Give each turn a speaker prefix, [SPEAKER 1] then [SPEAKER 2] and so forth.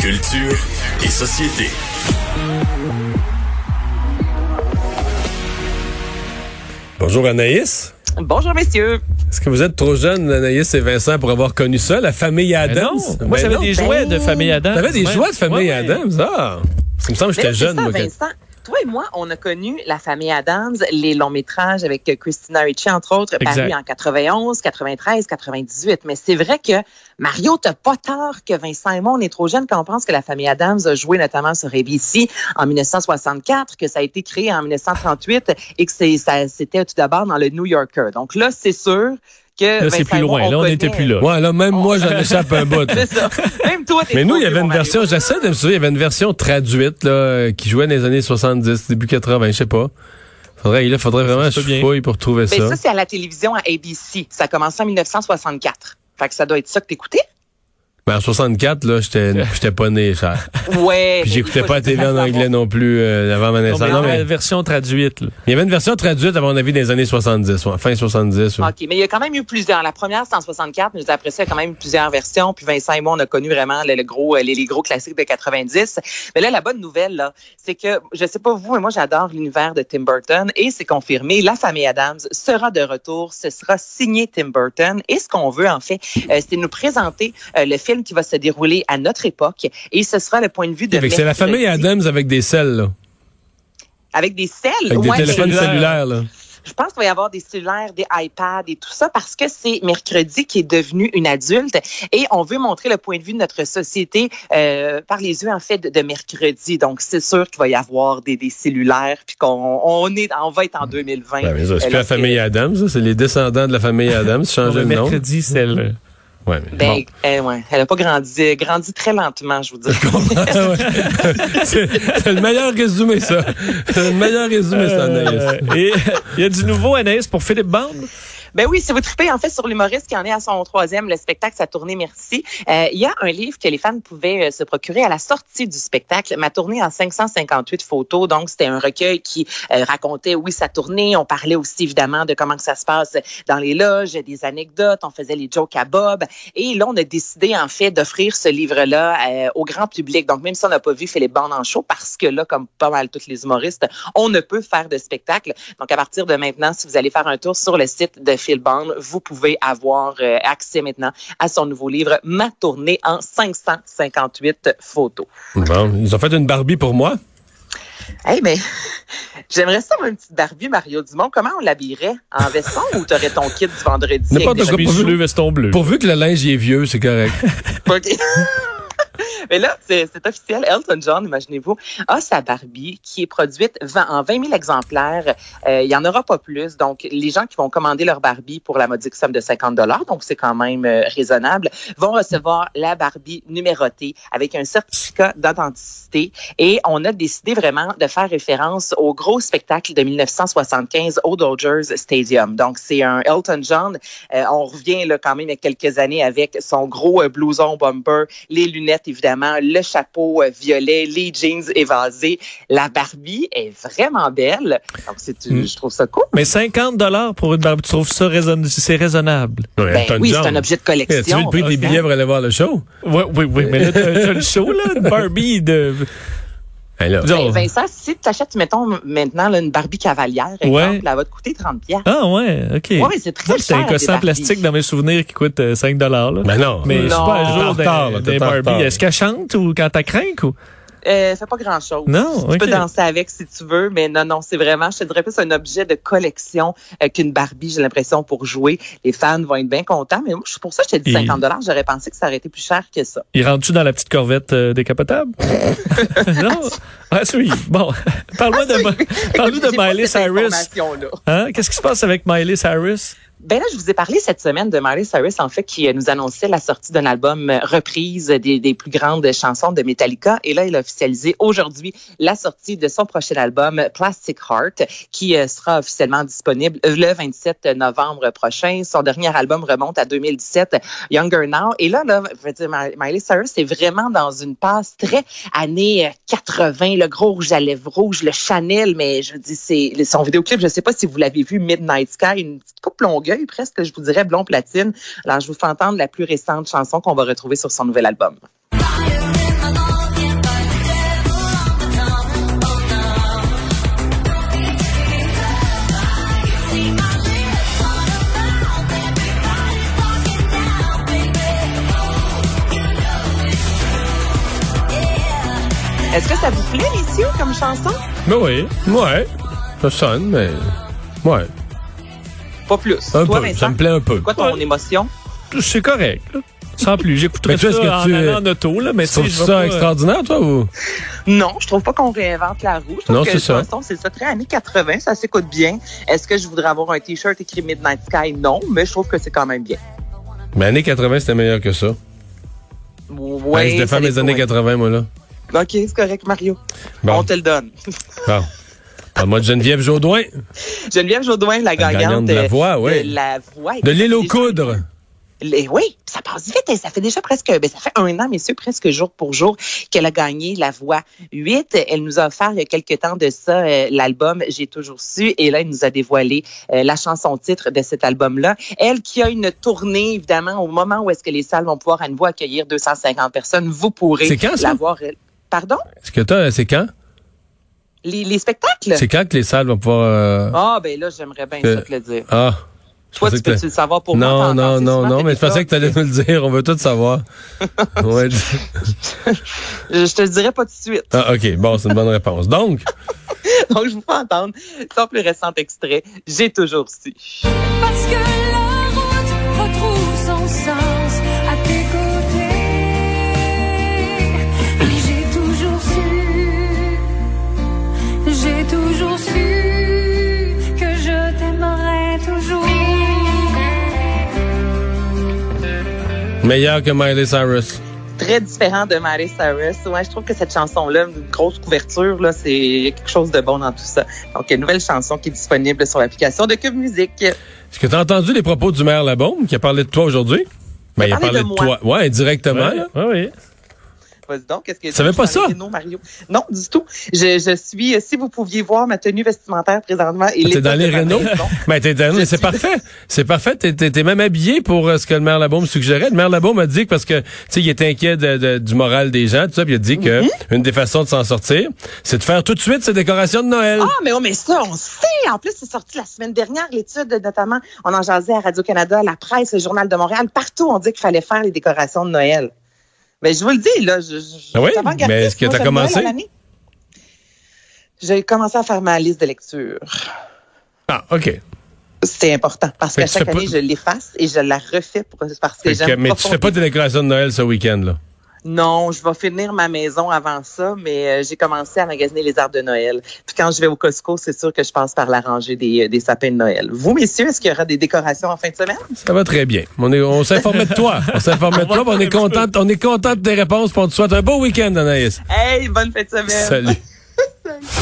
[SPEAKER 1] Culture et société.
[SPEAKER 2] Bonjour Anaïs.
[SPEAKER 3] Bonjour, messieurs.
[SPEAKER 2] Est-ce que vous êtes trop jeune, Anaïs et Vincent, pour avoir connu ça, la famille
[SPEAKER 4] Ben
[SPEAKER 2] Adams?
[SPEAKER 4] non. Ben Moi,
[SPEAKER 2] Ben
[SPEAKER 4] j'avais
[SPEAKER 2] non.
[SPEAKER 4] des jouets de famille Adams.
[SPEAKER 2] T'avais des
[SPEAKER 4] Ouais.
[SPEAKER 2] jouets de famille
[SPEAKER 4] Ouais, ouais.
[SPEAKER 2] Adams? Ah! Ça me semble que
[SPEAKER 3] Mais
[SPEAKER 2] j'étais
[SPEAKER 3] c'est
[SPEAKER 2] jeune.
[SPEAKER 3] ça,
[SPEAKER 2] moi, quand-
[SPEAKER 3] Vincent. Toi et moi, on a connu la famille Adams, les longs métrages avec euh, Christina Ricci, entre autres,
[SPEAKER 4] Exact.
[SPEAKER 3] parus en 91, 93, 98. Mais c'est vrai que, Mario, t'as pas tort que Vincent et moi, on est trop jeunes quand on pense que la famille Adams a joué notamment sur ABC en 1964, que ça a été créé en 1938 et que c'est- ça- c'était tout d'abord dans le New Yorker. Donc là, c'est sûr que.
[SPEAKER 4] Là, c'est
[SPEAKER 3] Vincent
[SPEAKER 4] plus
[SPEAKER 3] et moi,
[SPEAKER 4] loin. Là, on
[SPEAKER 3] connaît-
[SPEAKER 4] n'était plus là.
[SPEAKER 2] Ouais, là, même moi,
[SPEAKER 3] Oh.
[SPEAKER 2] j'en échappe un bout. là.
[SPEAKER 3] C'est ça. Même toi, t'es
[SPEAKER 2] Mais nous,
[SPEAKER 3] trop
[SPEAKER 2] il y avait
[SPEAKER 3] vieux,
[SPEAKER 2] une
[SPEAKER 3] Mario.
[SPEAKER 2] version, j'essaie de me souvenir, il y avait une version traduite là, euh, qui jouait dans les années 70, début 80, je sais pas. Faudrait, là, faudrait vraiment que
[SPEAKER 4] se peut
[SPEAKER 2] je
[SPEAKER 4] bien.
[SPEAKER 2] fouille pour trouver
[SPEAKER 3] Ben,
[SPEAKER 2] ça.
[SPEAKER 3] ça, c'est à la télévision à ABC. Ça a commencé en 1964. Fait que ça doit être ça que t'écoutais.
[SPEAKER 2] Ben, en 64, là, j'étais j'étais pas né, cher.
[SPEAKER 3] Ouais.
[SPEAKER 2] Puis j'écoutais
[SPEAKER 3] Faut
[SPEAKER 2] pas la
[SPEAKER 3] juste
[SPEAKER 2] télé en
[SPEAKER 3] savoir.
[SPEAKER 2] anglais non plus euh, avant ma
[SPEAKER 4] Non, mais
[SPEAKER 2] naissance. Non, mais
[SPEAKER 4] la version traduite. là.
[SPEAKER 2] il y avait une version traduite, à mon avis, des années 70, ouais, fin 70. ouais.
[SPEAKER 3] OK, mais il y a quand même eu plusieurs. La première, c'est en 64, mais je dis après ça, il y a quand même eu plusieurs versions. Puis Vincent et moi, on a connu vraiment le, le gros, euh, les, les gros classiques de 90. Mais là, la bonne nouvelle, là, c'est que, je sais pas vous, mais moi, j'adore l'univers de Tim Burton. Et c'est confirmé, la famille Adams sera de retour. Ce sera signé Tim Burton. Et ce qu'on veut, en fait, euh, c'est nous présenter euh, le film qui va se dérouler à notre époque. Et ce sera le point de vue de...
[SPEAKER 2] Fait que C'est la
[SPEAKER 3] mercredi
[SPEAKER 2] famille Adams avec des selles, là.
[SPEAKER 3] Avec des selles.
[SPEAKER 2] Avec des
[SPEAKER 3] Ouais,
[SPEAKER 2] téléphones
[SPEAKER 4] cellulaires.
[SPEAKER 2] cellulaires, là.
[SPEAKER 3] Je pense qu'il va y avoir des cellulaires, des iPads et tout ça parce que c'est mercredi qui est devenue une adulte et on veut montrer le point de vue de notre société euh, par les yeux en fait de, de mercredi. Donc c'est sûr qu'il va y avoir des, des cellulaires puis qu'on on est on va être en 2020.
[SPEAKER 2] Ouais, Ben, mais ça, c'est
[SPEAKER 3] Euh,
[SPEAKER 2] plus la
[SPEAKER 3] lorsque-
[SPEAKER 2] famille Adams, ça, c'est les descendants de la famille Adams, changer
[SPEAKER 4] Ah, Non,
[SPEAKER 2] le
[SPEAKER 4] mais
[SPEAKER 2] nom.
[SPEAKER 4] mercredi, c'est le.
[SPEAKER 2] Ouais, mais
[SPEAKER 3] Ben,
[SPEAKER 2] bon.
[SPEAKER 3] eh ouais, elle a pas grandi, grandi très lentement, je vous dis.
[SPEAKER 2] Ah ouais. c'est c'est le meilleur résumé, ça. C'est le meilleur résumé, ça, Anaïs.
[SPEAKER 4] Euh, et il y a du nouveau, Anaïs, pour Philippe Bande.
[SPEAKER 3] Ben oui, si vous tripez en fait sur l'humoriste qui en est à son troisième, le spectacle sa tournée Merci. euh, Il y a un livre que les fans pouvaient euh, se procurer à la sortie du spectacle. Ma tournée en 558 photos, donc c'était un recueil qui euh, racontait oui sa tournée. On parlait aussi évidemment de comment que ça se passe dans les loges, des anecdotes. On faisait les jokes à Bob. Et là, on a décidé en fait d'offrir ce livre-là euh, au grand public. Donc même si on n'a pas vu Philippe Bande en show, parce que là, comme pas mal tous les humoristes, on ne peut faire de spectacle. Donc, à partir de maintenant, si vous allez faire un tour sur le site de Phil Bond, vous pouvez avoir euh, accès maintenant à son nouveau livre, Ma tournée en 558 photos.
[SPEAKER 2] Bon, ils ont fait une Barbie pour moi.
[SPEAKER 3] Eh ben, j'aimerais ça avoir une petite Barbie Mario Dumont. Comment on l'habillerait? En veston ou t'aurais ton kit du vendredi? avec
[SPEAKER 2] N'importe
[SPEAKER 3] des
[SPEAKER 2] quoi.
[SPEAKER 4] Chemise
[SPEAKER 2] pourvu-
[SPEAKER 4] bleue, veston bleu.
[SPEAKER 2] Pourvu que le linge y est vieux, c'est correct.
[SPEAKER 3] Ok. Mais là, c'est c'est officiel. Elton John, imaginez-vous, a sa Barbie qui est produite 20 en 20 000 exemplaires. Euh, il n'y en aura pas plus. Donc, les gens qui vont commander leur Barbie pour la modique somme de 50 donc c'est quand même euh, raisonnable, vont recevoir la Barbie numérotée avec un certificat d'authenticité. Et on a décidé vraiment de faire référence au gros spectacle de 1975 au Dodgers Stadium. Donc, c'est un Elton John euh, on revient là, quand même il y a quelques années avec son gros euh, blouson bomber, les lunettes évidemment, le chapeau euh, violet, les jeans évasés. La Barbie est vraiment belle. Donc c'est,
[SPEAKER 2] Hmm.
[SPEAKER 4] Mm.
[SPEAKER 3] je trouve ça cool.
[SPEAKER 4] Mais 50 pour une Barbie, tu trouves ça raisonnable? C'est raisonnable?
[SPEAKER 2] Non,
[SPEAKER 3] Ben
[SPEAKER 2] Elton
[SPEAKER 3] oui,
[SPEAKER 2] John.
[SPEAKER 3] c'est un objet de
[SPEAKER 2] Eh, Tu
[SPEAKER 3] collection.
[SPEAKER 2] veux le prix des billets pour aller voir le show?
[SPEAKER 4] Oui, oui, oui. Mais là, t'as t'as le show, là. Une Barbie de.
[SPEAKER 2] Eh, là.
[SPEAKER 4] disons-
[SPEAKER 3] Ben, Vincent, si tu achètes, mettons, maintenant, là, une Barbie cavalière,
[SPEAKER 4] Ouais.
[SPEAKER 3] exemple, elle va te coûter 30 piastres.
[SPEAKER 4] Ah, ouais, OK.
[SPEAKER 3] Ouais, mais c'est très
[SPEAKER 4] Moi, J'ai
[SPEAKER 3] cher,
[SPEAKER 4] un
[SPEAKER 3] des
[SPEAKER 4] cossin en
[SPEAKER 3] Barbies.
[SPEAKER 4] plastique dans mes souvenirs qui coûte euh, 5 là.
[SPEAKER 2] Ben non.
[SPEAKER 4] mais je suis
[SPEAKER 3] Non.
[SPEAKER 4] pas
[SPEAKER 3] T'es
[SPEAKER 4] à
[SPEAKER 2] en
[SPEAKER 4] jour des,
[SPEAKER 2] retard, là, t'es
[SPEAKER 4] des
[SPEAKER 2] en retard.
[SPEAKER 4] Barbies. Est-ce qu'elle chante ou quand elle craint ou?
[SPEAKER 3] Euh, fait pas grand-chose.
[SPEAKER 4] Non,
[SPEAKER 3] Tu peux
[SPEAKER 4] ok.
[SPEAKER 3] danser avec si tu veux, mais non, non, c'est vraiment, je te dirais plus un objet de collection euh, qu'une Barbie, j'ai l'impression, pour jouer. Les fans vont être bien contents, mais moi, je- pour ça, je t'ai dit
[SPEAKER 4] Et-
[SPEAKER 3] 50 j'aurais pensé que ça aurait été plus cher que ça.
[SPEAKER 4] Il rentre-tu dans la petite corvette euh, décapotable? non? Ah, oui. Bon, parle-moi de, parle de
[SPEAKER 3] Ah, J'ai pas
[SPEAKER 4] Miley
[SPEAKER 3] cette
[SPEAKER 4] Cyrus.
[SPEAKER 3] information-là.
[SPEAKER 4] Hein? Qu'est-ce qui se passe avec Miley Cyrus?
[SPEAKER 3] Ben là, je vous ai parlé cette semaine de Miley Cyrus, en fait, qui euh, nous annonçait la sortie d'un album euh, reprise des, des plus grandes chansons de Metallica. Et là, elle a officialisé aujourd'hui la sortie de son prochain album, Plastic Heart, qui euh, sera officiellement disponible euh, le 27 novembre prochain. Son dernier album remonte à 2017, Younger Now. Et là, là, je veux dire, Mi- Miley Cyrus est vraiment dans une passe très années euh, 80, le gros rouge à lèvres rouge, le Chanel, mais je veux dire, c'est son vidéoclip, je sais pas si vous l'avez vu, Midnight Sky, une petite coupe longueuil, presque, je vous dirais, blond platine. Alors, je vous fais entendre la plus récente chanson qu'on va retrouver sur son nouvel album.
[SPEAKER 5] Fire in the morning.
[SPEAKER 3] Est-ce que ça vous plaît, messieurs, comme chanson?
[SPEAKER 2] Mais Ben oui, ouais. Ça sonne, mais. Ouais.
[SPEAKER 3] Pas plus.
[SPEAKER 2] Un
[SPEAKER 3] Toi,
[SPEAKER 2] peu.
[SPEAKER 3] Vincent,
[SPEAKER 2] Ça me plaît un peu.
[SPEAKER 3] quoi ton
[SPEAKER 4] Ouais.
[SPEAKER 3] émotion?
[SPEAKER 4] C'est correct. là. Sans plus. J'écouterais
[SPEAKER 2] Mais toi,
[SPEAKER 4] ça
[SPEAKER 2] est-ce que
[SPEAKER 4] en
[SPEAKER 2] tu,
[SPEAKER 4] allant
[SPEAKER 2] euh,
[SPEAKER 4] en auto, là, mais
[SPEAKER 2] Tu trouves
[SPEAKER 4] si je vais
[SPEAKER 2] ça
[SPEAKER 4] pas, euh,
[SPEAKER 2] extraordinaire, toi, ou?
[SPEAKER 3] Non, je trouve pas qu'on réinvente la roue. Je trouve
[SPEAKER 2] Non,
[SPEAKER 3] que
[SPEAKER 2] c'est
[SPEAKER 3] le
[SPEAKER 2] ça.
[SPEAKER 3] chanson, c'est ça, très années 80, ça s'écoute bien. Est-ce que je voudrais avoir un T-shirt écrit Midnight Sky? Non, mais je trouve que c'est quand même bien.
[SPEAKER 2] Mais années 80, c'était meilleur que ça.
[SPEAKER 3] Oui,
[SPEAKER 2] Hey, je défends mes années 80, moi, là.
[SPEAKER 3] 80. OK, c'est correct, Mario.
[SPEAKER 2] Bon.
[SPEAKER 3] On te le donne.
[SPEAKER 2] Bon. Parle-moi de Ah, Geneviève Jaudoin,
[SPEAKER 3] Geneviève Jaudoin, la gagnante,
[SPEAKER 2] gagnante de la
[SPEAKER 3] euh,
[SPEAKER 2] voix, oui.
[SPEAKER 3] de la voix.
[SPEAKER 2] de l'île aux coudres.
[SPEAKER 3] Les- oui, ça passe vite. hein. Ça fait déjà presque, ben, ça fait un an, messieurs, presque jour pour jour qu'elle a gagné la voix 8. Elle nous a offert il y a quelques temps de ça euh, l'album J'ai toujours su. Et là, elle nous a dévoilé euh, la chanson titre de cet album-là. Elle qui a une tournée, évidemment, au moment où est-ce que les salles vont pouvoir à nouveau accueillir 250 personnes, vous pourrez
[SPEAKER 2] C'est quand, ça?
[SPEAKER 3] la voir. euh, Pardon?
[SPEAKER 2] Est-ce que t'as, c'est quand?
[SPEAKER 3] Les, les spectacles?
[SPEAKER 2] C'est quand que les salles vont pouvoir. euh,
[SPEAKER 3] Ah, ben là, j'aimerais bien
[SPEAKER 2] Euh,
[SPEAKER 3] ça te le dire.
[SPEAKER 2] Ah. Je
[SPEAKER 3] Toi,
[SPEAKER 2] pensais
[SPEAKER 3] tu
[SPEAKER 2] que
[SPEAKER 3] peux-tu le savoir pour moi?
[SPEAKER 2] non,
[SPEAKER 3] T'entends,
[SPEAKER 2] non,
[SPEAKER 3] c'est
[SPEAKER 2] non,
[SPEAKER 3] souvent
[SPEAKER 2] non,
[SPEAKER 3] fait
[SPEAKER 2] mais
[SPEAKER 3] des
[SPEAKER 2] je pensais
[SPEAKER 3] cas.
[SPEAKER 2] que t'allais nous le dire. On veut tout savoir. Ouais.
[SPEAKER 3] Je, je te le dirai pas tout de suite.
[SPEAKER 2] Ah, OK. Bon, c'est une bonne réponse. Donc,
[SPEAKER 3] Donc, je vous fais entendre son plus récent extrait, J'ai toujours su.
[SPEAKER 5] Parce que la route retrouve son sens à tes côtés. Oui, j'ai toujours su, j'ai toujours su que je t'aimerais toujours.
[SPEAKER 2] meilleur que Miley Cyrus.
[SPEAKER 3] Très différent de Miley Cyrus. Ouais, je trouve que cette chanson-là, une grosse couverture, là, c'est il y a quelque chose de bon dans tout ça. Donc, une nouvelle chanson qui est disponible sur l'application de Cube Musique.
[SPEAKER 2] Est-ce que t'as entendu les propos du maire Labaume qui a parlé de toi aujourd'hui? Ben,
[SPEAKER 3] Il a parlé de moi.
[SPEAKER 2] toi. Ouais, directement.
[SPEAKER 4] ouais,
[SPEAKER 2] là.
[SPEAKER 4] ouais, ouais.
[SPEAKER 3] Vas-y donc, est-ce que
[SPEAKER 2] savais
[SPEAKER 3] tu
[SPEAKER 2] pas
[SPEAKER 3] parles
[SPEAKER 2] ça?
[SPEAKER 3] des noms, Mario? Non, du tout. Je, je suis, euh, si vous pouviez voir ma tenue vestimentaire présentement et
[SPEAKER 2] T'es
[SPEAKER 3] l'état
[SPEAKER 2] dans les
[SPEAKER 3] de ma
[SPEAKER 2] Renault.
[SPEAKER 3] maison.
[SPEAKER 2] Ben, t'es dans-
[SPEAKER 3] Je
[SPEAKER 2] mais c'est
[SPEAKER 3] suis-
[SPEAKER 2] parfait. C'est parfait. T'es- T'es t'es même habillé pour euh, ce que le maire Labaume suggérait. Le maire Labaume a dit que parce que, tu sais, il était inquiet de- de- du moral des gens, tout ça, puis il a dit que une des façons de s'en sortir, c'est de faire tout de suite ses décorations de Noël.
[SPEAKER 3] Ah, mais, oh, mais ça, on sait. En plus, c'est sorti la semaine dernière, l'étude, notamment. On en jasait à Radio-Canada, à la presse, le Journal de Montréal. Partout, on dit qu'il fallait faire les décorations de Noël. Mais je vous le dis, là, je. je-
[SPEAKER 2] Ah oui?
[SPEAKER 3] je suis avant-gardiste.
[SPEAKER 2] Mais est-ce que
[SPEAKER 3] Moi,
[SPEAKER 2] t'as
[SPEAKER 3] j'aime Noël
[SPEAKER 2] commencé?
[SPEAKER 3] à l'année. J'ai commencé à faire ma liste de lecture.
[SPEAKER 2] Ah, OK.
[SPEAKER 3] C'est important parce
[SPEAKER 2] Fait
[SPEAKER 3] qu'à
[SPEAKER 2] que tu
[SPEAKER 3] chaque
[SPEAKER 2] fais pas-
[SPEAKER 3] année, je l'efface et je la refais pour- parce que
[SPEAKER 2] Fait que-
[SPEAKER 3] j'aime
[SPEAKER 2] mais tu fais pas
[SPEAKER 3] profondément.
[SPEAKER 2] des décorations de Noël ce week-end, là.
[SPEAKER 3] Non, je vais finir ma maison avant ça, mais euh, j'ai commencé à magasiner les arbres de Noël. Puis quand je vais au Costco, c'est sûr que je passe par la rangée des, euh, des sapins de Noël. Vous, messieurs, est-ce qu'il y aura des décorations en fin de semaine?
[SPEAKER 2] Ça va très bien. On est, on s'informe de toi. On s'informe de toi. puis On est content, on est content de tes réponses. puis On te souhaite un beau week-end, Anaïs.
[SPEAKER 3] Hey, bonne fin de semaine!
[SPEAKER 2] Salut.